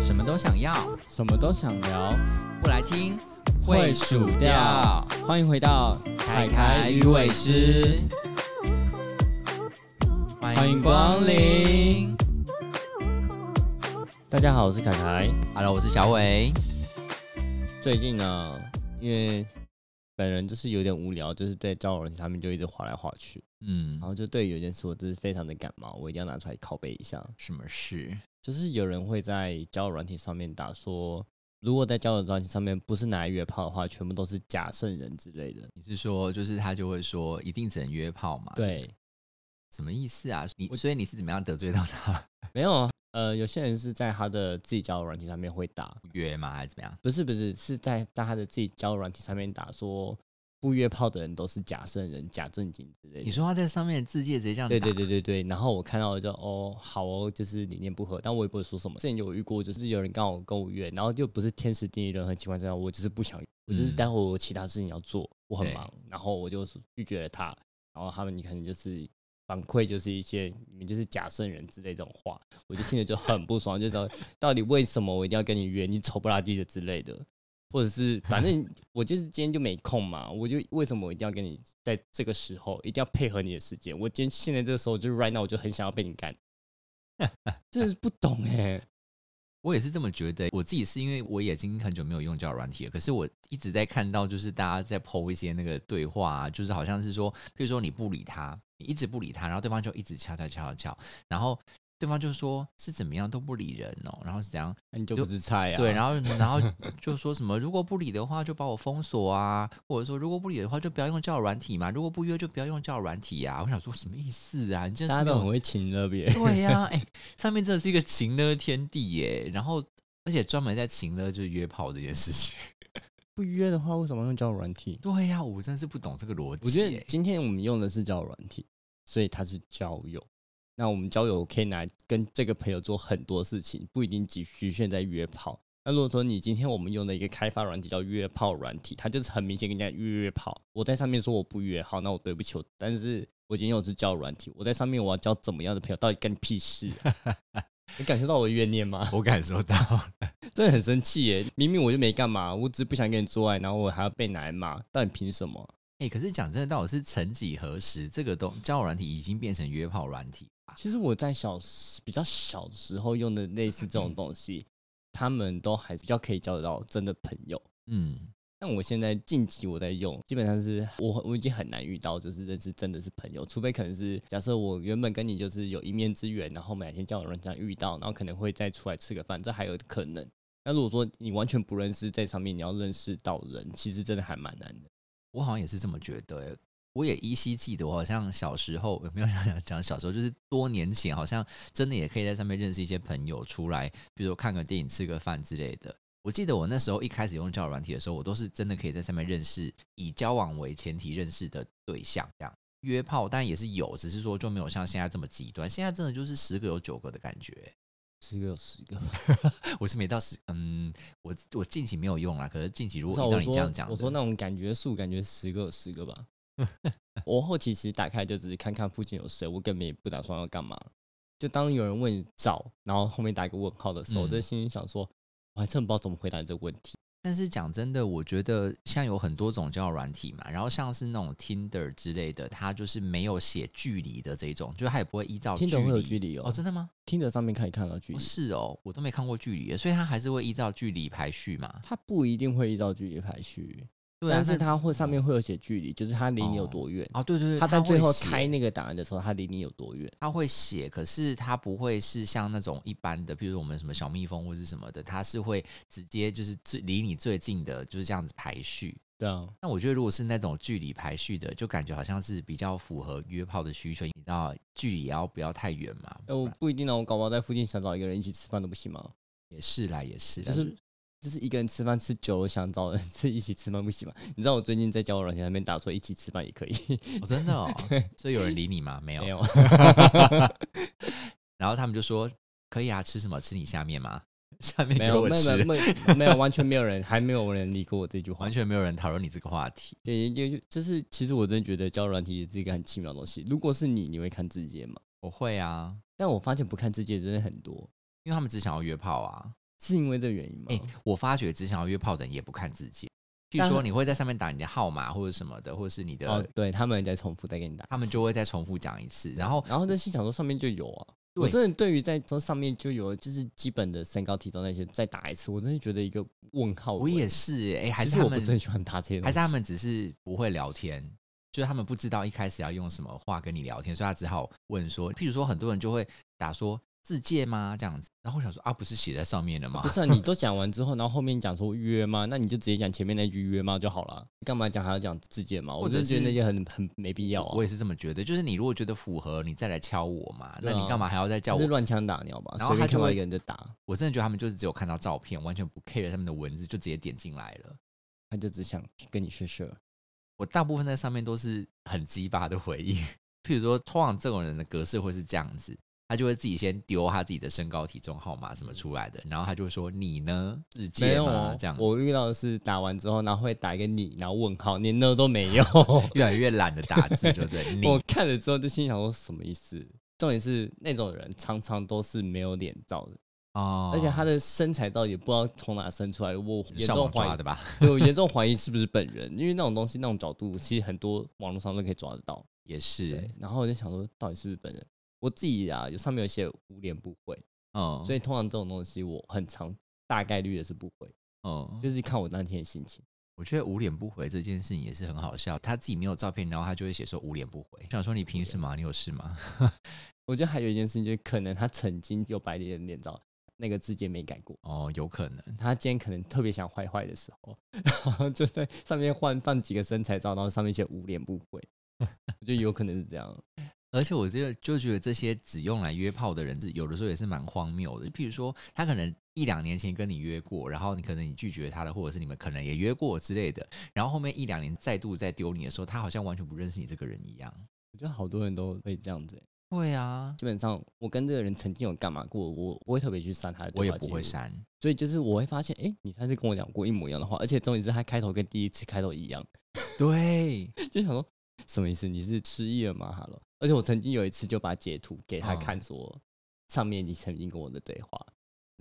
什么都想要，什么都想聊，不来听会数掉。欢迎回到凯凯鱼尾狮，欢迎光临。大家好，我是凯凯。 Hello，我是小伟。最近呢，因为本人就是有点无聊，就是对交友软件上面就一直划来划去，嗯然，后就对有一件事我就是非常的感冒，我一定要拿出来拷贝一下。什么事？就是有人会在交友软体上面打说，如果在交友软体上面不是拿来约炮的话，全部都是假圣人之类的。你是说，就是他就会说一定只能约炮嘛？，对，什么意思啊？你所以你是怎么样得罪到他没有啊，呃，有些人是在他的自己交友软体上面会打，约吗？还是怎么样？不是不是，是在在他的自己交友软体上面打说，不约炮的人都是假圣人、假正经之类你的。说他在上面的字界直接这样对对打啊对对对，然后我看到我就哦好哦，就是理念不合，但我也不会说什么。之前有遇过，就是有人刚好跟我约，然后就不是天时地利人和情况之下，我就是不想，我就是嗯待会我其他事情要做，我很对忙，然后我就拒绝了他，然后他们可能就是反馈就是一些你们就是假圣人之类这种话，我就听着就很不爽，就说到底为什么我一定要跟你约，你丑不拉几的之类的。或者是反 正我就是今天就没空嘛，我就为什么我一定要跟你在这个时候一定要配合你的时间？我今天现在这个时候就是 right now，我就很想要被你干， 真的是不懂哎、我也是这么觉得。我自己是因为我已经很久没有用交友软体了，可是我一直在看到，就是大家在 PO 一些那个对话、啊，就是好像是说，譬如说你不理他，你一直不理他，然后对方就一直敲敲敲敲敲，然后对方就说是怎么样都不理人哦，然后是怎样那你就不是菜啊？对，然后然后就说什么，如果不理的话就把我封锁啊，或者说如果不理的话就不要用交友软体嘛，如果不约就不要用交友软体呀、我想说什么意思啊？你真大的是家没都很有会请了别对呀、哎、上面真的是一个情勒天地耶，然后而且专门在情勒就是约炮这件事情。 不约的话，为什么要用交友软体？对呀、我真的是不懂这个逻辑耶。我觉得今天我们用的是交友软体，所以它是交友。那我们交友可以拿来跟这个朋友做很多事情，不一定局局限在约炮。那如果说你今天我们用的一个开发软体叫约炮软体，它就是很明显跟人家约约炮。我在上面说我不约，好，那我对不起我，但是我今天有是交友软体，我在上面我要交怎么样的朋友，到底干你屁事啊、 你感受到我的怨念吗？ 我感受到了，真的很生气耶！明明我就没干嘛，我只是不想跟你做爱，然后我还要被拿来骂，到底凭什么？哎、可是讲真的，到底是曾几何时，这个东交友软体已经变成约炮软体吧？其实我在小时比较小的时候用的类似这种东西， 他们都还是比较可以交得到真的朋友。嗯，但我现在近期我在用，基本上是我我已经很难遇到，就是认识真的是朋友，除非可能是假设我原本跟你就是有一面之缘，然后我们哪天交友软件上遇到，然后可能会再出来吃个饭，这还有可能。那如果说你完全不认识，在上面你要认识到人，其实真的还蛮难的。我好像也是这么觉得耶。我也依稀记得，我好像小时候有没有想讲小时候，就是多年前，好像真的也可以在上面认识一些朋友，出来，比如说看个电影、吃个饭之类的。我记得我那时候一开始用交友软体的时候，我都是真的可以在上面认识以交往为前提认识的对象，这样约炮，但也是有，只是说就没有像现在这么极端。现在真的就是十个有九个的感觉。欸十个有十个， 我是没到十，嗯，我我近期没有用啦，可是近期如不果是啊依照你我说这样讲的，我说那种感觉数，感觉十个有十 个吧。我后期其实打开就只是看看附近有谁，我根本也不打算要干嘛。就当有人问你找，然后后面打一个问号的时候，我嗯就心里想说，我还真不知道怎么回答你这个问题。但是讲真的，我觉得像有很多种交友软体嘛，然后像是那种 Tinder 之类的，它就是没有写距离的这种，就是它也不会依照听距着会有距离。离哦，哦，真的吗？听着上面可以看到距不离，是哦，我都没看过距离的，所以它还是会依照距离排序嘛。它不一定会依照距离排序，对啊，但是那它会上面会有写距离，就是它离你有多远。哦，对对对，它在会最后写开那个档案的时候，它离你有多远？它会写，可是它不会是像那种一般的，比如我们什么小蜜蜂或是什么的，它是会直接就是最离你最近的，就是这样子排序。对啊，那我觉得如果是那种距离排序的，就感觉好像是比较符合约炮的需求，你知道距离也要不要太远嘛？哎，我不一定啊，我搞不好在附近想找一个人一起吃饭都不行吗？也是啦，也是啦，就是就是一个人吃饭吃久了想找人 吃一起吃饭不行吗？你知道我最近在交友软件上面打说一起吃饭也可以，哦真的 哦，所以有人理你吗？没有。没有，然后他们就说可以啊，吃什么？吃你下面吗？ 下面给没有我没有吃，没 有没有完全没有人，还没有人理过我这句话完。全没有人讨论你这个话题。对，就就就是，其实我真的觉得交友软体是一个很奇妙的东西。如果是你，你会看字节吗？我会啊，但我发现不看字节的人很多，因为他们只想要约炮啊。是因为这个原因吗？哎、我发觉只想要约炮的人也不看字节，譬嗯但如说他你会在上面打你的号码或者什么的，或者是你的，哦，对他们在重复再给你打一次，他们就会再重复讲一次。然后然后在心想说上面就 有啊。我对真的对于在这上面就有就是基本的身高体重那些再打一次，我真的觉得一个问号欸文。我也是、哎、还其是实他我哦不是很们，喜欢打这些东西，还是他们只是不会聊天。就是他们不知道一开始要用什么话跟你聊天，所以他只好问说，譬如说很多人就会打说自介吗这样子，然后我想说啊，不是写在上面的吗 不？是、啊、你都讲完之后，然后后面讲说约吗？那你就直接讲前面那句约吗就好了，干嘛讲还要讲自荐嘛？我或者真的觉得是那些很很没必要啊我。也是这么觉得，就是你如果觉得符合，你再来敲我嘛，对那啊你干嘛还要再叫就我是？乱枪打鸟吧，然后随他便就看到会一个人就打，我真的觉得他们就是只有看到照片，完全不 care 他们的文字，就直接点进来了。他就只想跟你试试。我大部分在上面都是很鸡巴的回应，譬如说，通常这种人的格式会是这样子，他就会自己先丢他自己的身高、体重、号码什么出来的，然后他就会说：“你呢？自嗯没荐有吗哦，？”这样子，我遇到的是打完之后，然后会打一个你，然后问号，连那都没有。越来越懒得打字，对不对？ 你我看了之后就心想说什么意思？重点是那种人常常都是没有脸罩的，哦，而且他的身材到底不知道从哪生出来的，我严上重网怀抓疑的，吧？对我严重怀疑是不是本人， 因为那种东西那种角度，其实很多网络上都可以抓得到。也是对，，然后我就想说，到底是不是本人？我自己啊，有上面有写无脸不会，嗯，所以以通常这种东西我很常大概率的是不会，嗯，就是看我那天的心情。我觉得无脸不回这件事情也是很好笑，他自己没有照片，然后他就会写说无脸不回，想说你凭什么啊？你有事吗？我觉得还有一件事情，就是可能他曾经有白脸的脸罩，那个字节没改过。哦，有可能。他今天可能特别想坏坏的时候， 然后就在上面换放几个身材照，然后上面写无脸不回，我觉得有可能是这样。而且我就就觉得这些只用来约炮的人，是有的时候也是蛮荒谬的。譬如说，他可能一两年前跟你约过，然后你可能你拒绝他了，或者是你们可能也约过之类的，然后后面一两年再度再丢你的时候，他好像完全不认识你这个人一样。我觉得好多人都会这样子欸、对啊，基本上我跟这个人曾经有干嘛过，我不会特别去删他的我对啊也话不记会录删，所以就是我会发现，哎、你上次跟我讲过一模一样的话，而且重点是他开头跟第一次开头一样，对，就想说什么意思？你是失忆了吗？哈喽，而且我曾经有一次就把截图给他嗯看说，上面你曾经跟我的对话，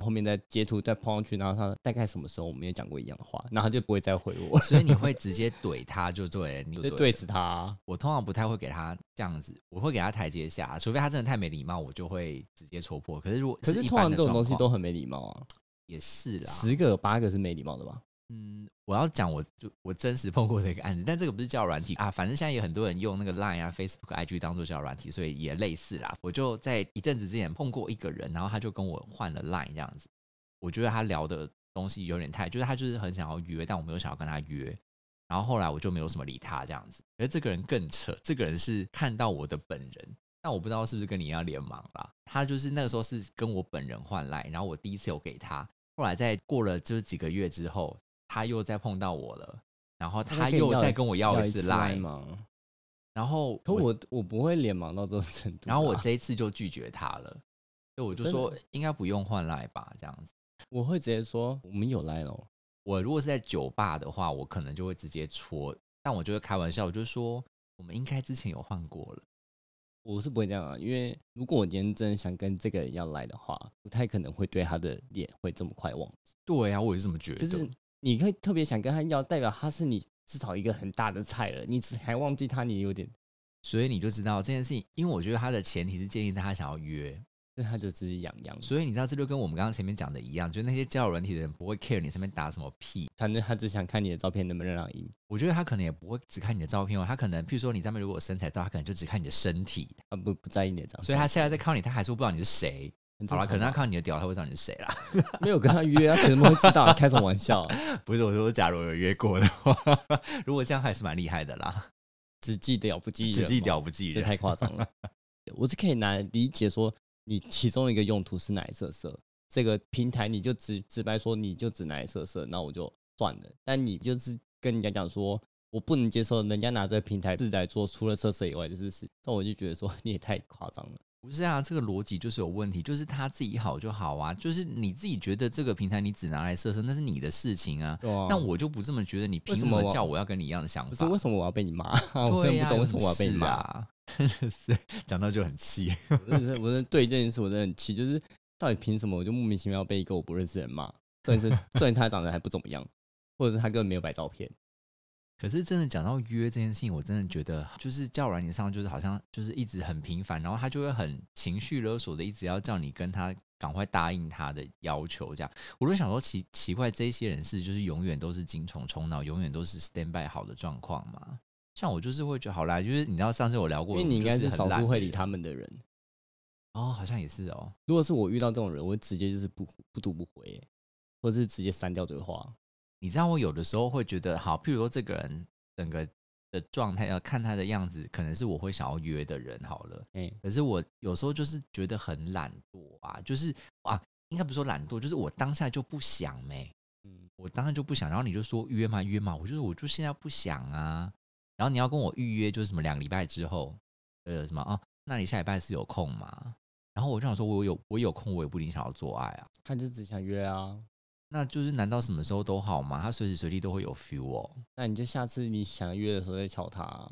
后面再截图再抛上去，然后他大概什么时候我们也讲过一样的话，然后他就不会再回我，所以你会直接怼他就对了，你就了对死他啊、我通常不太会给他这样子，我会给他台阶下，除非他真的太没礼貌，我就会直接戳破。可是如果可是一通般常的这种状东西况都很没礼貌啊，也是啦，十个有八个是没礼貌的吧？嗯，我要讲我就我真实碰过的一个案子，但这个不是交友软体啊，反正现在有很多人用那个 Line 啊、Facebook、IG 当做交友软体，所以也类似啦。我就在一阵子之前碰过一个人，然后他就跟我换了 Line 这样子，我觉得他聊的东西有点太，就是他就是很想要约，但我没有想要跟他约。然后后来我就没有什么理他这样子，而这个人更扯，这个人是看到我的本人，但我不知道是不是跟你一样脸盲啦。他就是那个时候是跟我本人换 Line，然后我第一次有给他，后来在过了就是几个月之后，他又再碰到我了，然后他跟你又要再一跟我次要要一一次次 line，吗？然后可我我不会脸盲到这种程度啊、然后我这一次就拒绝他了，所以我就真的说应该不用换 line 吧，这样子。我会直接说我们有 line 哦，我如果是在酒吧的话，我可能就会直接戳，但我就会开玩笑，我就说我们应该之前有换过了。我是不会这样啊，因为如果我今天真的想跟这个人要来的话，不太可能会对他的脸会这么快忘记。对啊，我也是这么觉得。就是你会特别想跟他要，代表他是你至少一个很大的菜了，你只还忘记他，你有点，所以你就知道这件事情，因为我觉得他的前提是建立在他想要约，那他就只是痒痒，所以你知道这就跟我们刚刚前面讲的一样，就是那些交友软体的人不会 care 你上面打什么屁，反正他只想看你的照片能不能让他赢，我觉得他可能也不会只看你的照片哦，他可能譬如说你上面如果有身材照，他可能就只看你的身体，他啊不不在意你的长相，所以他现在在看到你，他还是不知道你是谁。很好正了，常可能他吧看到你的屌，他会知道你是谁啦。 没有跟他约，他怎么会知道？ 开什么玩笑、啊不是我说，假如有约过的话， 如果这样还是蛮厉害的啦，只记得了不记人只记吗屌不记这人。太夸张了。我是可以拿理解说，你其中一个用途是哪一色色，这个平台你就直直白说你就只哪一色色，那我就算了。但你就是跟人家讲说，我不 能接受人家拿这个平台是来做除了色色以外的事实，那我就觉得说你也太夸张了。不是啊，这个逻辑就是有问题，就是他自己好就好啊，就是你自己觉得这个平台你只拿来色色，那是你的事情啊。对啊但我就不这么觉得，你凭为什什么么我叫我要跟你一样的想不是法？为什么我要被你骂？ 我对真的呀、不懂为有什么我要被你事骂。啊？ 是讲到就很啊气。 我真的是，我真的对这件事我真的很气，就是到底凭什么我就莫名其妙被一个我不认识的人骂？ 重点是，重点他长得还不怎么样，或者是他根本没有摆照片。可是真的讲到约这件事情，我真的觉得就是叫软件上就是好像就是一直很频繁，然后他就会很情绪勒索的，一直要叫你跟他赶快答应他的要求，这样我就想说奇奇怪，这些人是就是永远都是精虫充脑，永远都是 stand by 好的状况嘛。像我就是会觉得好啦，就是你知道上次我聊因过，为你应该是是很少懒数会的理人他们的人。哦，好像也是哦。如果是我遇到这种人，我会直接就是不不读不回、欸或者是直接删掉对话。你知道我有的时候会觉得，好，譬如说这个人整个的状态，要看他的样子，可能是我会想要约的人好了。哎、可是我有时候就是觉得很懒惰啊，就是啊，应该不是说懒惰，就是我当下就不想没、嗯，我当下就不想。然后你就说约嘛约嘛，我就是我就现在不想啊。然后你要跟我预约，就是什么两个礼拜之后，呃，什么啊？那你下礼拜是有空吗？然后我就想说，我有我有空，我也不一定想要做爱啊。他就只想约啊。那就是难道什么时候都好吗？他随时随地都会有 feel 哦。那你就下次你想约的时候再敲他啊、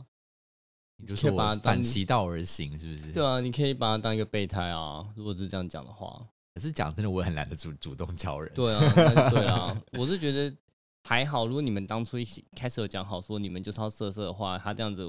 你就可说以把我它反当其道而行，是不是？对啊，你可以把他当一个备胎啊。如果是这样讲的话，可是讲真的，我也很懒得主主动叫人。对啊，那就对啊。我是觉得还好，如果你们当初一起开始有讲好说你们就是要色色的话，他这样子，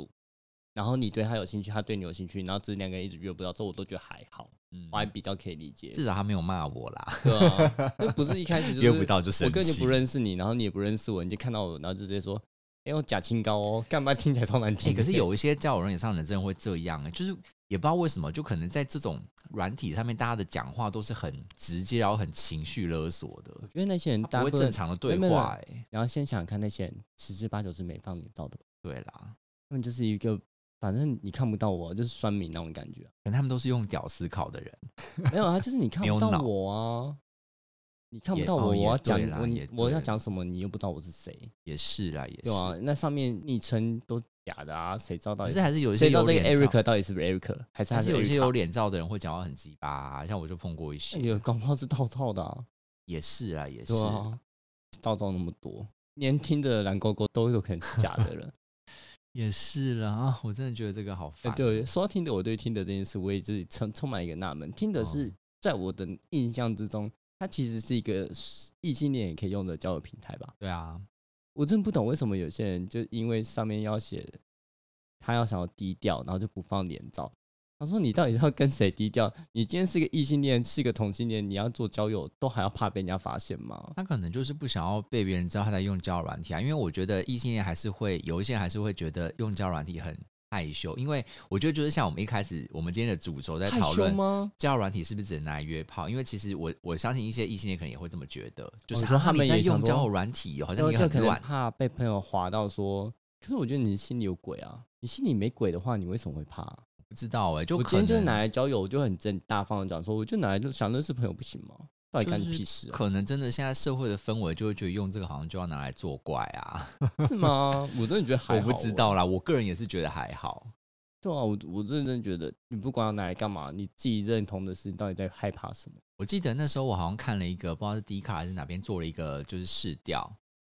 然后你对他有兴趣，他对你有兴趣，然后只是两个人一直约不到，这我都觉得还好，嗯我还比较可以理解。至少他没有骂我啦，对啊，那不是一开始 就约不是到就生我根本就气 不认识你，然后你也不认识我，你就看到我，然后就直接说：“哎、我假清高哦，干嘛听起来超难欸听？”可是有一些交友软件上的人真的会这样、欸，就是也不知道为什么，就可能在这种软体上面，大家的讲话都是很直接，然后很情绪勒索的，因为那些人他大啊不部会分，正常的对没有没有话、欸。然后先想想看那些人十之八九是没放脸照的，对啦，他们就是一个反正你看不到我，就是酸民那种感觉啊、可能他们都是用屌思考的人，没有啊，就是你看没有不到脑我啊，你看不也到哦我，也我要讲对啦也我我对要啦讲什么，你又不知道我是谁，也是啦，也是。对啊，那上面昵称都假的啊，谁知道到可底是还是有一些谁知道有这个脸照， Eric 到底是不是 Eric，还是他还是有一些 Erica 有脸照的人会讲话很鸡巴、啊，像我就碰过一哎些，有广告是盗照的啊，也是啦，也是对。啊，盗照那么多，连听的蓝勾勾都有可能是假的 了。也是啦，啊我真的觉得这个好哎烦、对，，说到听的，我对听的这件事，我也就是充充满一个纳闷。听的是在我的印象之中，它其实是一个异性恋也可以用的交友平台吧？对啊，我真不懂为什么有些人就因为上面要写他要想要低调，然后就不放脸照。他说：“你到底是要跟谁低调？你今天是个异性恋，是个同性恋，你要做交友都还要怕被人家发现吗？他可能就是不想要被别人知道他在用交友软体啊，因为我觉得异性恋还是会有一些人还是会觉得用交友软体很害羞，因为我觉得就是像我们一开始我们今天的主轴在害讨羞论吗？交友软体是不是只能拿来约炮，因为其实我我相信一些异性恋可能也会这么觉得，就是、哦你说啊他们你在也想用说交友软体哦，好然像后你这很可能乱，怕被朋友划到说，可是我觉得你心里有鬼啊！你心里没鬼的话，你为什么会怕？不知道哎、就我可今能天就是拿来交友，我就很正大方的讲说，我就拿来就想认识朋友，不行吗？到底干就你是屁事、啊？可能真的现在社会的氛围就会觉得用这个好像就要拿来作怪啊，是吗？我真的觉得还 我好不知欸。道啦，我个人也是觉得还好。对啊，我我认真觉得，你不管要拿来干嘛，你自己认同的事，你到底在害怕什么？我记得那时候我好像看了一个，不知道是迪卡还是哪边做了一个，就是试调，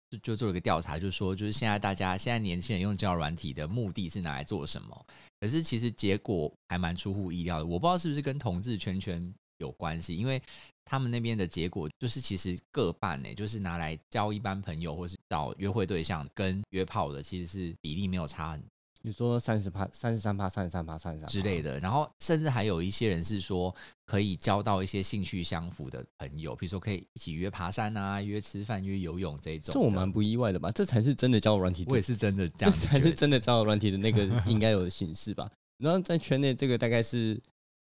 就就做了一个调查，就是说，就是现在大家现在年轻人用交友软体的目的是拿来做什么？可是其实结果还蛮出乎意料的，我不知道是不是跟同志圈圈有关系，因为他们那边的结果就是其实各半呢、就是拿来交一般朋友或是找约会对象跟约炮的，其实是比例没有差很你说三十趴、三十三趴、三十三趴、三十三啊之类的，的。然后甚至还有一些人是说可以交到一些兴趣相符的朋友，比如说可以一起约爬山啊、约吃饭、约游泳这一种的。这我蛮不意外的吧？这才是真的交友软体的我也是真的这这样子才觉是得真的交友软体 的那个应该有的形式吧。然后在圈内，这个大概是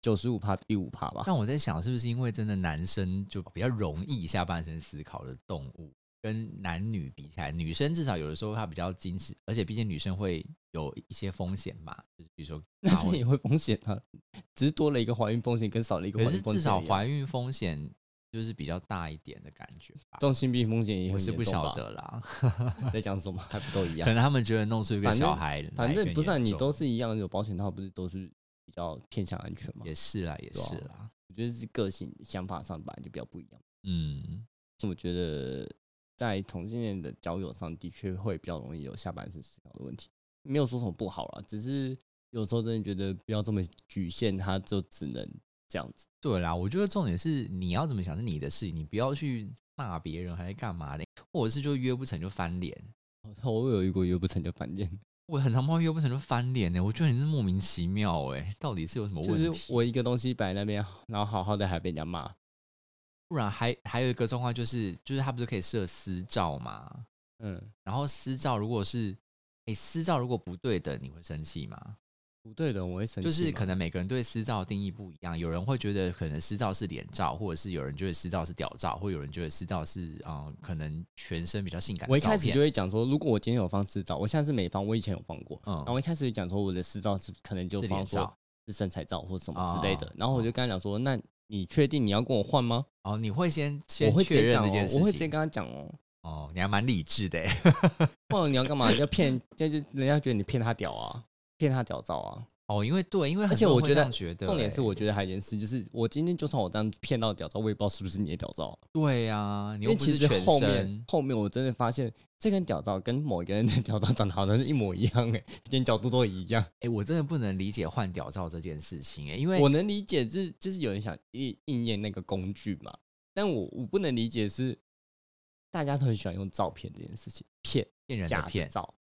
九十五趴第五趴吧。但我在想，是不是因为真的男生就比较容易下半身思考的动物，跟男女比起来，女生至少有的时候她比较矜持，而且毕竟女生会有一些风险嘛，就是比如 说但她是会也会风险啊，只是多了一个怀孕风险，跟少了一个怀可孕是风险而已啊。至少怀孕风险就是比较大一点的感觉吧。重心病风险也很我是严不重晓吧，得啦， 在讲什么还不都一可样？能他们觉得弄出一个反正啊小孩来更严重，反正不是啊、你都是一样，有保险套不是都是比比较偏向安全嘛。也是啦，也对啊是啦，我觉得是个性想法上本来就比较不一样。嗯，我觉得在同性恋的交友上，的确会比较容易有下半身思考的问题，没有说什么不好啦，只是有时候真的觉得不要这么局限，他就只能这样子。 对啦，我觉得重点是你要怎么想是你的事情，你不要去骂别人还是干嘛的，或者是就约不成就翻脸。我有一个约不成就反 间，我很常碰到约不成就翻脸呢、我觉得你是莫名其妙哎、到底是有什么问题？就是我一个东西摆在那边，然后好好的还被人家骂，不然还还有一个状况就是，就是他不是可以设私照吗？嗯，然后私照如果是，哎、私照如果不对等，你会生气吗？不对的，我会生气就嘛。是可能每个人对私照的定义不一样，有人会觉得可能私照是脸照，或者是有人觉得私照是屌照，或有人觉得私照是嗯，可能全身比较性感我的一照片。开始就会讲说，如果我今天有放私照，我现在是美方，我以前有放过，嗯然后我一开始就讲说我的私照是可能就是放脸说照是身材照或什么之类的哦，然后我就跟他讲说，那你确定你要跟我换吗？哦，你会先我先会直确接认讲、这哦件事，情，我会直接跟他讲哦，哦，你还蛮理智的欸， 不然你要干嘛？你要骗， 就是人家觉得你骗他屌啊，骗他屌照啊。哦，因为对，因为而且很多人会我觉这得样觉得欸，重点是，我觉得还有一件事就是，我今天就算我这样骗到屌照，我也不知道是不是你的屌照啊，对啊，你又因为不其是实全后面身，后面我真的发现，这根屌照跟某一个人的屌照长得好像是一模一样、欸，哎，连角度都一样。哎、我真的不能理解换屌照这件事情、欸，哎，因为我能理解是就是有人想应应验那个工具嘛，但我我不能理解是大家都很喜欢用照片这件事情骗骗人的哎假骗的，照，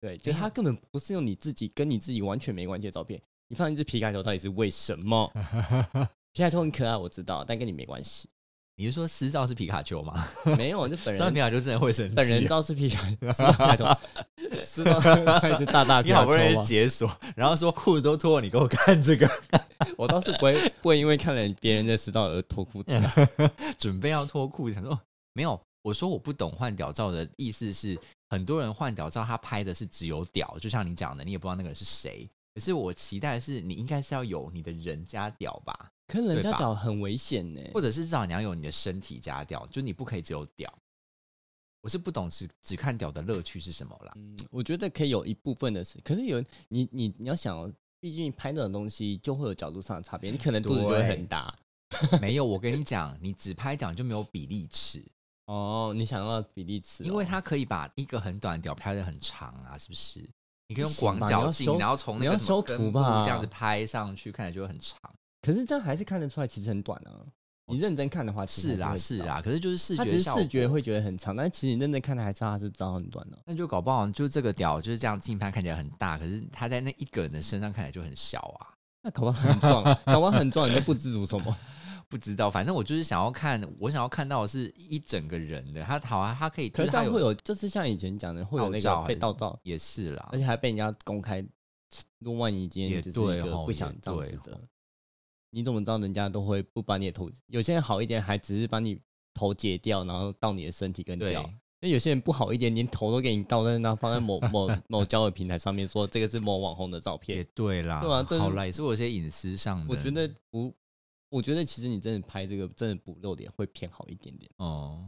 对，就是没有他根本不是用你自己跟你自己完全没关系的照片，你放一只皮卡丘到底是为什么？ 皮卡丘很可爱，我知道，但跟你没关系。你是说私照是皮卡丘吗？没有，就本私照皮人卡丘真的会生气，本人照是皮卡， 是皮卡丘，是照一只大大 皮你卡好不容丘易吗？解锁， 然后说裤子都脱了，你给我看这个， 我倒是不会不会因为看了别人的食道而脱裤子嗯啊，准备要脱裤子，想说哦没有，我说我不懂换屌照的意思是，很多人换屌照他拍的是只有屌，就像你讲的，你也不知道那个人是谁。可是我期待的是，你应该是要有你的人加屌吧，可是人对家吧屌很危险呢、或者是至少你要有你的身体加屌，就你不可以只有屌。我是不懂只只看屌的乐趣是什么啦。嗯，我觉得可以有一部分的是，可是有你你你要想、哦，毕竟拍那种东西就会有角度上的差别，你可能肚子就会对很大没有，我跟你讲，你只拍屌你就没有比例尺，哦。你想要比例尺哦、因为它可以把一个很短的屌拍的很长啊，是不是？你可以用不行吧广角你要镜，修然后从你那要个什么修根图部吧啊这样子拍上去，看起来就会很长。可是这样还是看得出来，其实很短啊。你认真看的话，其哦实是还啦是是会知道，啦，可是就是视他觉只是效果视觉，会觉得很长，但其实你认真看的还是它是知道很短的、啊那就搞不好就这个屌就是这样近拍看起来很大，可是它在那一个人的身上看起来就很小啊。那搞不好很壮，啊 搞不好很壮，你就不知足什么。不知道，反正我就是想要看，我想要看到的是一整个人的，他好啊，他可以，就可是是这他样会有，就是像以前讲的，会有那盗照个还被是盗照，也是啦而，且还被人家公开。如果万一今啊也天就是一对个吼不也想这样对子吼的，你怎么知道人家都会不把你的头？有些人好一点，还只是把你头截掉，然后到你的身体跟对掉。那有些人不好一点，连头都给你倒在那，放 在某某某交友平台上面说这个是某网红的照也片。对啦，对啊这好啦，也是我有些隐私上的，我觉得不，我觉得其实你真的拍这个真的不露脸会偏好一点点，哦、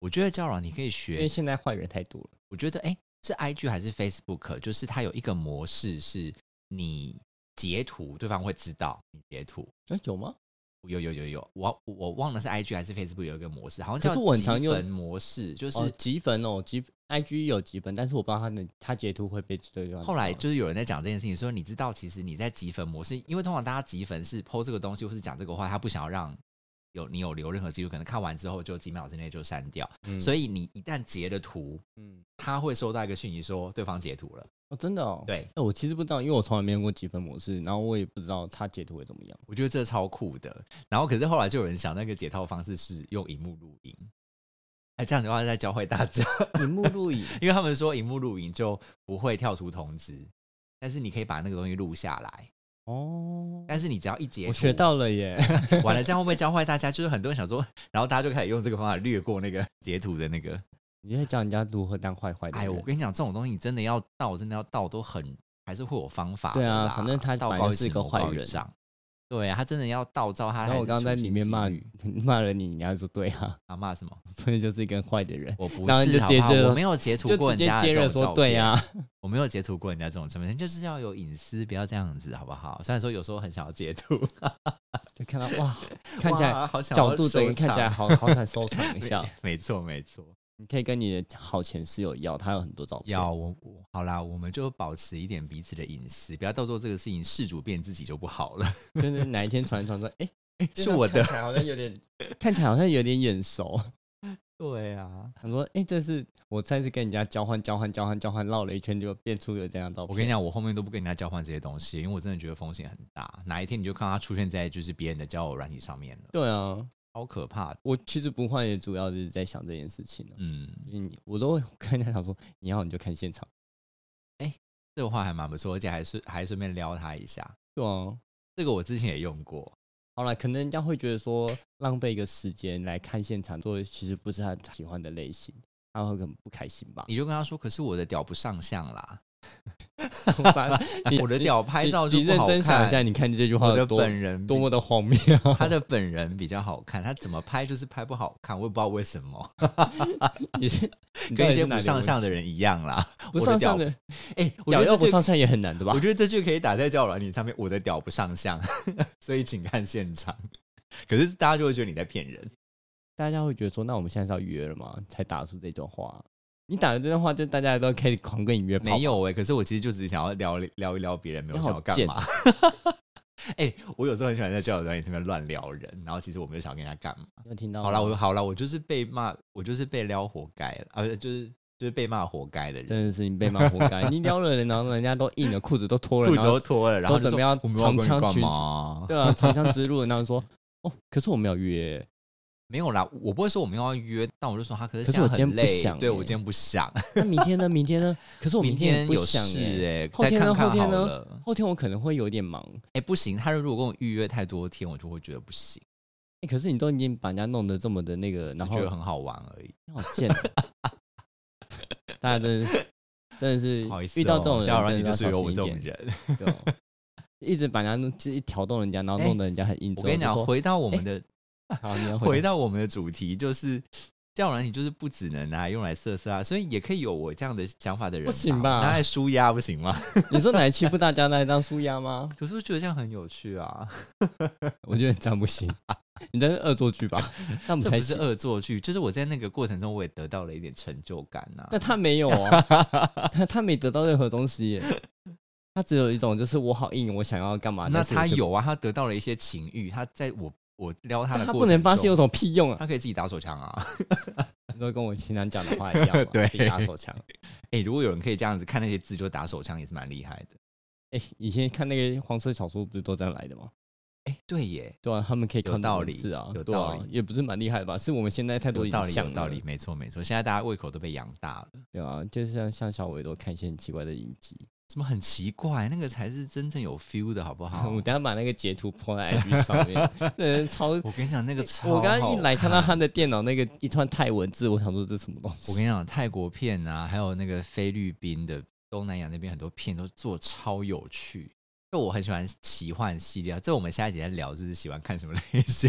我觉得教软你可以因为学，现在坏人太多了。我觉得哎、诶是 IG 还是 Facebook，就是它有一个模式是你截图，对方会知道你截图。哎、有吗？啊有有有有，我我忘了是 I G 还是 Facebook 有一个模式，好像可叫是我很常积用分模式，就是哦，积分哦，积 IG 有积分，但是我不知道他的他截图会被对方知后来道就是有人在讲这件事情，说你知道，其实你在集粉模式，因为通常大家集粉是剖这个东西或是讲这个话，他不想要让有你有留任何记录，可能看完之后就几秒之内就删掉。嗯所以你一旦截了图，嗯，他会收到一个讯息说对方截图了。哦，真的哦，对哎、我其实不知道，因为我从来没用过积分模式，然后我也不知道它截图会怎么样。我觉得这超酷的。然后可是后来就有人想，那个解套方式是用荧幕录影。哎，这样的话在教会大家，荧幕录影， 因为他们说荧幕录影就不会跳出通知，但是你可以把那个东西录下来。哦，但是你只要一截图，我学到了耶！ 完了，这样会不会教坏大家？就是很多人想说，然后大家就开始用这个方法略过那个截图的那个。你在教人家如何当坏坏的哎，人。我跟你讲，这种东西你真的要到，真的要到，都很还是会有方法的对啊啦反正他道本来高就一是一尺个魔坏高一人丈对啊他真的要道造他。然后我刚刚在里面骂你，骂了 你，你还说对啊，啊骂什么？所以就是一个坏的人，我不然后你是就好接不好？着我没有截图就过直人接家的接这着种照片说对 啊，我没有截图过人家这种照片，就是要有隐私，不要这样子，好不好？虽然说有时候很想要截图，就看到 哇，看起来哇好想要角度整个收看起来藏好好想收藏一下。 没错没错。你可以跟你的好前室友要，他有很多照片。要我我好啦，我们就保持一点彼此的隐私，不要到时候这个事情事主变自己就不好了。真的哪一天传一传说， 哎、这是张我的看，起来好像 有点，看起来好像有点眼熟。对啊，他说，哎、这是我上次跟人家交换交换交换交换绕了一圈，就变出有这样的照片。我跟你，讲，我后面都不跟人家交换这些东西，因为我真的觉得风险很大。哪一天你就看到它出现在就是别人的交友软体上面了，对啊，好可怕的。我其实不换也主要就是在想这件事情、啊、嗯，嗯，我都会跟人家讲说，你要你就看现场。这个话还蛮不错，而且还是还顺便撩他一下。对啊，这个我之前也用过，好了，可能人家会觉得说浪费一个时间来看现场，做其实不是他喜欢的类型，他会很不开心吧？你就跟他说，可是我的屌不上相啦， 你我的屌拍照就你不认好真想一下，看。你看这句话我的有多本人比多么的荒谬啊。他的本人比较好看，他怎么拍就是拍不好看，我也不知道为什 么，你是你到跟底一是些哪不里上有相的人一样啦。问 题不上相的哎、我觉屌得要这不句上相也很难的吧我？觉得这句可以打在交友软体上面，我的屌不上相， 所以请看现场。 可是大家就会觉得你在骗人，大家会觉得说，那我们现在是要约了吗？才打出这段话。你打的这段话，就大家都开始狂跟你约炮。没，有哎、可是我其实就只是想要聊聊一聊别人，没有你想好要干贱嘛。 哎、我有时候很喜欢在交友软体上面乱聊人，然后其实我没有想要跟他干嘛。有听到吗？好啦，我好啦，我就是被骂，我就是被撩活该了，啊，就是就是被骂活该的人。真的是你被骂活该。你撩了人，然后人家都硬了，裤子都脱了，裤子然后都脱了，然后都准备就说要我没有跟你长枪干取嘛？对啊，长相之路，然后说哦，可是我没有约，没有啦，我不会说我们要约，但我就说他可是可现是在我今天很不累，想对欸我今天不想，那明天呢？明天呢？可是我明天也不有事想哎。哎，后再天呢看看后天好呢了。后天我可能会有点忙，哎，不行，他如果跟我预约太多天，我就会觉得不行，欸可是你都已经把人家弄得这么的那个，然然后后觉得很好玩而已。你好贱哦， 大家真的是真的是不好意思哦，遇到这种人，交友软体真的就是要有小我这心种一点，人。 对哦一直把人家弄就是一挑动人家，然后欸弄得人家很硬。我跟你讲，说回到我们的 好， 你要回回答到我们的主题，就是交友软体就是不只能拿来用来色色啊，所以也可以有我这样的想法的人，不行吧拿来舒压不行吗？ 你说哪欺负大家来当舒压吗？可是我觉得这样很有趣啊。我觉得你这样 不行，你这是恶作剧吧？这那不不太是行。恶作剧，就是我在那个过程中，我也得到了一点成就感呐、但他没有 啊，他他没得到任何东西耶，他只有一种就是我好硬，我想要干嘛？那但是我他却不，有啊，他得到了一些情欲，他在我我撩他但的他过程不能发泄有中什么屁用啊？他可以自己打手枪啊！，你都跟我平常讲的话一样嘛 对自己打手枪。哎、如果有人可以这样子看那些字就打手枪，也是蛮厉害的。哎、以前看那个黄色小说不是都这样来的吗？哎、对耶，对啊，他们可以有看道文理字啊，有对啊道理也不是蛮厉害的吧？是我们现在太多有影道理，像有道了理，，没错没错。现在大家胃口都被养大了，对啊，就是像像小伟都看一些很奇怪的影集，什么很奇怪，那个才是真正有 feel 的好不好 我？等下把那个截图抛在 IG 上面， 那人超。我跟你讲，那个超我刚刚一好来看到看他的电脑那个一串泰文字，我想说这什么东西？我跟你讲，泰国片啊，还有那个菲律宾的东南亚那边很多片都做超有趣。就我很喜欢奇幻系列啊，这我们下一集再聊，就是喜欢看什么类型。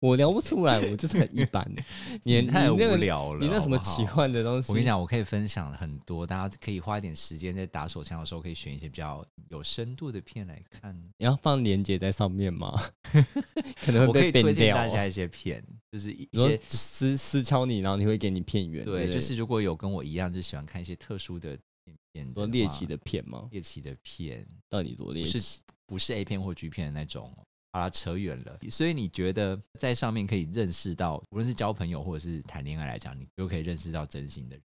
我聊不出来，我就是很一般的。 你你太无那个聊了，你那什么好不好奇？幻的东西？我跟你，讲，我可以分享很多，大家可以花一点时间在打手枪的时候，可以选一些比较有深度的片来看。你要放链接在上 面吗？可能我会可以被推变荐掉大家哦。一些片，就是一你说些私私敲你，然后你会给你片源之类的，对，就是如果有跟我一样就喜欢看一些特殊的片你的说话猎奇的片吗？猎奇的片，到底多猎不是奇？不是 A 片或 G 片的那种哦。好啦，扯远了。所以你觉得在上面可以认识到，无论是交朋友或者是谈恋爱来讲，你都可以认识到真心的人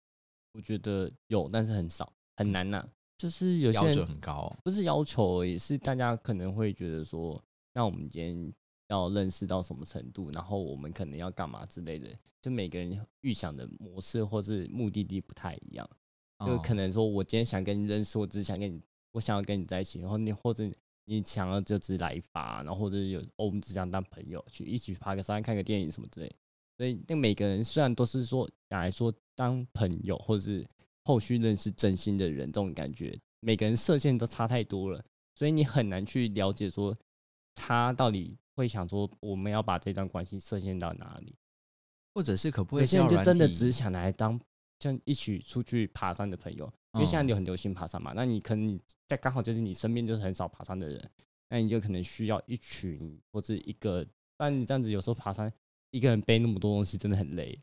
我觉得有，但是很少，很难呐、就是有些标人准很高哦、不是要求而已，也是大家可能会觉得说，那我们今天要认识到什么程度，然后我们可能要干嘛之类的，就每个人预想的模式或是目的地不太一样。就嗯可能说我今天想跟你认识，我只是想跟你，我想要跟你在一起，然后你或者你想要就只是来一发，然后或者有、哦、我们只想当朋友，去一起去爬个山、看个电影什么之类。所以那每个人虽然都是说拿来说当朋友，或是后续认识真心的人这种感觉，每个人射线都差太多了，所以你很难去了解说他到底会想说我们要把这段关系设限到哪里？或者是可不可有以些交友人就软真的体只想来当像一起出去爬山的朋友，因为现在嗯有很流行爬山嘛，那你可能你在刚好就是你身边就是很少爬山的人，那你就可能需要一群或是一个，但你这样子有时候爬山一个人背那么多东西真的很累。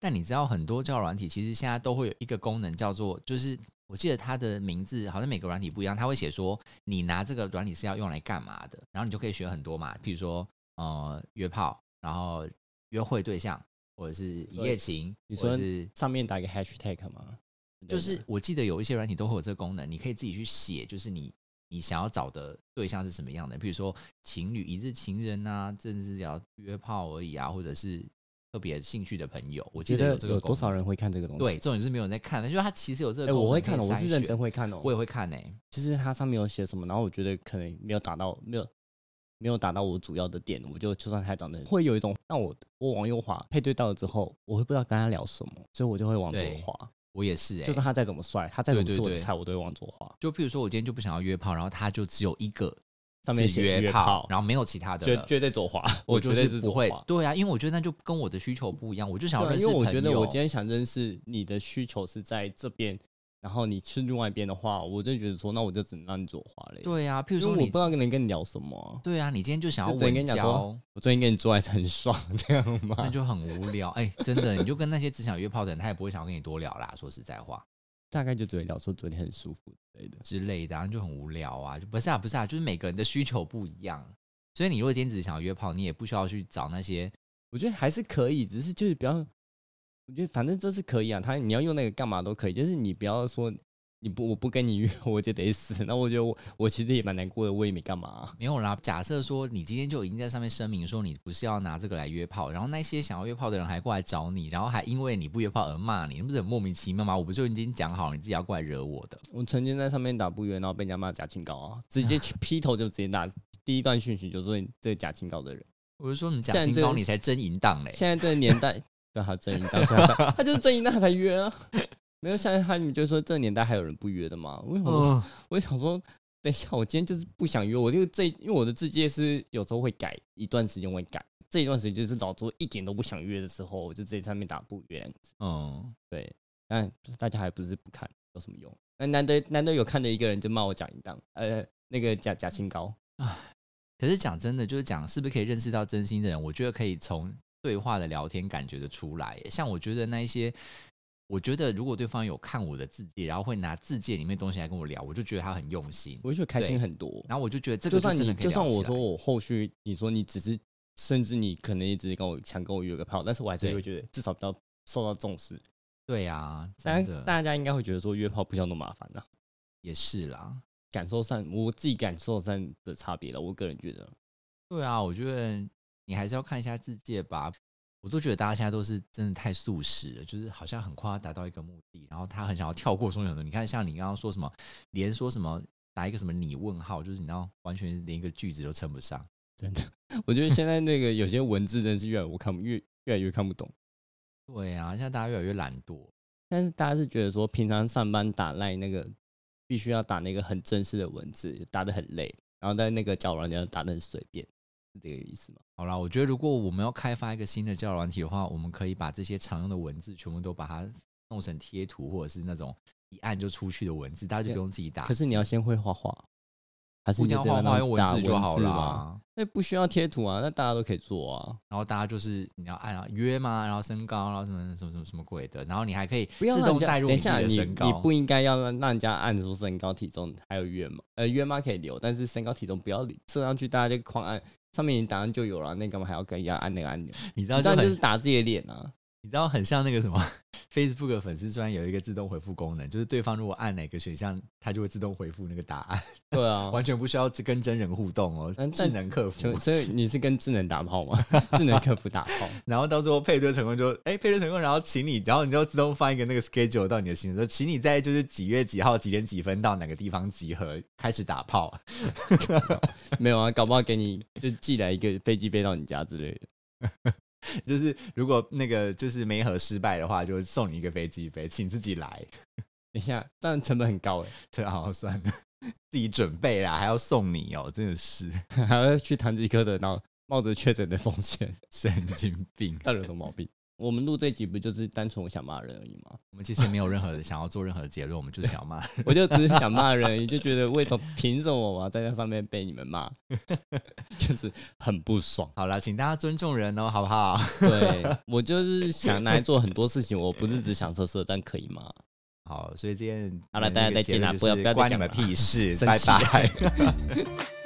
但你知道很多交友软体其实现在都会有一个功能叫做，就是我记得它的名字好像每个软体不一样，它会写说你拿这个软体是要用来干嘛的，然后你就可以学很多嘛，譬如说呃约炮，然后约会对象，或者是一所以夜情，你或者说是上面打一个 hashtag 吗？就是我记得有一些软体都会有这个功能，你可以自己去写，就是你你想要找的对象是什么样的，比如说情侣、一日情人啊，甚至要约炮而已啊，或者是特别兴趣的朋友。我我记觉得得有这个有多功少能？人会看这个东西？对，，重点是没有人在看，但就是它其实有这哎、个功能，我会看的，可以我筛是认选真，会看的、哦我也会看呢、欸就是它上面有写什么，然后我觉得可能没有打到，没有没有打到我主要的点，我就就算它长得会有一种，那我我往右滑配对到了之后，我会不知道跟他聊什么，所以我就会往左对滑。我也是哎、就算他再怎么帅，他再对对怎么是我的对菜，我都会往左滑。就譬如说我今天就不想要约炮，然后它就只有一个上面是写约约炮炮，然后没有其他的绝了。绝对左滑，我绝就对是左不会滑，对啊，因为我觉得那就跟我的需求不一样，我就想要对啊认识因为我朋觉得友我今天想认识你的需求是在这边，然后你去另外一边的话，我真的觉得说，那我就只能让你左滑了耶。对啊，譬如因为说我你不知道能跟你聊什么啊、对啊，你今天就想要就只能稳跟你讲交说，啊我最近跟你做还是很爽， 这样吗？那就很无聊。哎、真的，你就跟那些只想约炮的人，他也不会想要跟你多聊啦。说实在话大概就只会聊说昨天很舒服之类的。之类的、啊，就很无聊啊。就不是啊，不是啊，就是每个人的需求不一样。所以你如果今天只是想要约炮，你也不需要去找那些我觉得还是可以，只是就是不要，我觉得反正这是可以啊。他你要用那个干嘛都可以，就是你不要说你不我不跟你约我就得死。那我觉得我我其实也蛮难过的，我也没干嘛啊、没有啦。假设说你今天就已经在上面声明说你不是要拿这个来约炮，然后那些想要约炮的人还过来找你，然后还因为你不约炮而骂你，那不是很莫名其妙吗？我不就已经讲好你自己要过来惹我的？我曾经在上面打不约，然后被人家骂假清高啊，直接去劈头就直接打。第一段讯息就说你这个假清高的人，我就说你假现在清这高，个你才真淫荡嘞！现在这个年代对他正义大，所以他才他就是正义大才约啊。 没有像他，你就说这个年代还有人不约的吗？为什么？嗯，我就想说，等一下，我今天就是不想约，我就这，因为我的字界是有时候会改，一段时间会改，这一段时间就是老周一点都不想约的时候，我就直接上面打不约。嗯，对，但大家还不是不看，有什么用？那难得难得有看的一个人就骂我假淫荡，呃，那个假假清高，可是讲真的，就是讲是不是可以认识到真心的人，我觉得可以从对话的聊天感觉得出来耶。像我觉得那一些，我觉得如果对方有看我的字界，然后会拿字界里面的东西来跟我聊，我就觉得他很用心，我就觉得开对心很多。然后我就觉得这个就算真你的可以就算聊起我来说我后续你说你只是，甚至你可能也只是跟我想跟我约个炮，但是我还是对会觉得至少比较受到重视。对啊，大真家的大家应该会觉得说约炮不需要那么麻烦啊。也是啦。感受上，我自己感受上的差别了。我个人觉得，对啊，我觉得你还是要看一下字界吧。我都觉得大家现在都是真的太素食了，就是好像很快要达到一个目的，然后他很想要跳过所有很多。你看，像你刚刚说什么，连说什么打一个什么你问号，就是你知道完全连一个句子都称不上。我觉得现在那个有些文字真的是越来我看不越越来越看不懂。对啊，现在大家越来越懒惰。但是大家是觉得说，平常上班打赖那个必须要打那个很正式的文字，打的很累，然后在那个角软件打的很随便，是这个意思吗？好啦，我觉得如果我们要开发一个新的交友软体的话，我们可以把这些常用的文字全部都把它弄成贴图，或者是那种一按就出去的文字，大家就不用自己打字。可是你要先会画画，还是啊不一你定就要画直接画，让用它文打字文就好字嘛？啦。那不需要贴图啊，那大家都可以做啊。然后大家就是你要按啊约嘛，然后身高，然后什么什么什么什么鬼的，然后你还可以不要自让动人家带入等一自己下，的你身高。你不应该要让让人家按出身高体重，还有约吗？呃，约吗可以留，但是身高体重不要留射上去，大家就狂按，上面已经答案就有了，那干嘛还要跟人家按那个按钮？你知道这就样很就是打自己的脸啊！你知道很像那个什么 Facebook 的粉丝专有一个自动回复功能，就是对方如果按哪个选项，它就会自动回复那个答案， 对啊，完全不需要跟真人互动哦，嗯 智但能客所服以。所以你是跟智能打炮吗？ 智能客服打炮，然后到最后配对成功就，哎配对成功，然后请你，然后你就自动放一个那个 schedule 到你的行程，说请你在就是几月几号几点几分到哪个地方集合，开始打炮。没有啊，搞不好给你就寄来一个飞机飞到你家之类的。就是如果那个就是没合失败的话，就送你一个飞机杯，请自己来，等一下，这样成本很高哎、这好好算了。自己准备啦，还要送你哦、真的是 还要去唐吉诃德，然后冒着确诊的风险， 神经病。 到底有什么毛病？我们录这集不就是单纯我想骂人而已吗？我们其实也没有任何的想要做任何的结论，我们就想要骂。 我就只是想骂人而已，就觉得为什么凭什么我要在那上面被你们骂， 就是很不爽。好啦，请大家尊重人哦，好不好？对我就是想拿来做很多事情，我不是只想色色，但可以吗？好，所以今天好了的大家那个再结见论啦就是 不要不要再关你讲们了 屁事，生拜 气拜。